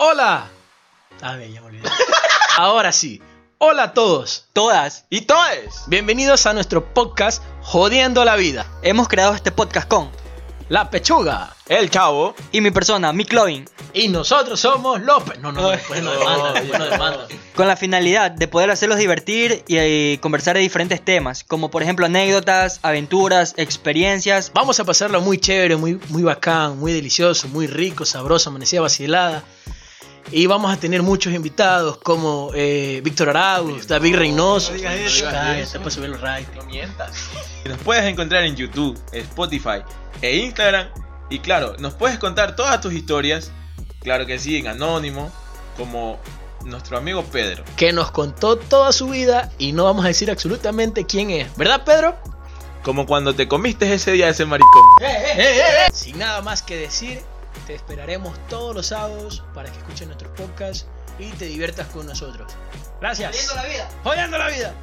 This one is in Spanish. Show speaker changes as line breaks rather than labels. Hola. Ah, bien, ya me olvidé. Ahora sí. Hola a todos.
Todas y todes.
Bienvenidos a nuestro podcast Jodiendo la Vida.
Hemos creado este podcast con
La Pechuga.
El Chavo y mi persona, Mick Lovin,
Y nosotros somos los... pe- No, no, no, pues,
Ay.
después nos demandan, después nos demandan.
con la finalidad de poder hacerlos divertir y, eh, conversar de diferentes temas, como por ejemplo anécdotas, aventuras, experiencias.
Vamos a pasarlo muy chévere, muy, muy bacán, muy delicioso, muy rico, sabroso, amanecida vacilada. Y vamos a tener muchos invitados como eh, Víctor Arauz, David Reynoso.
No digas eso.
Cállate, para subir los rayos.
No mientas. Nos puedes encontrar en YouTube, Spotify e Instagram. Y claro, nos puedes contar todas tus historias. Claro que sí, en anónimo. Como nuestro amigo Pedro.
Que nos contó toda su vida y no vamos a decir absolutamente quién es. ¿Verdad, Pedro?
Como cuando te comiste ese día ese maricón.
Sin nada más que decir, te esperaremos todos los sábados para que escuches nuestros podcasts y te diviertas con nosotros. Gracias.
la vida!
Jodiendo la vida.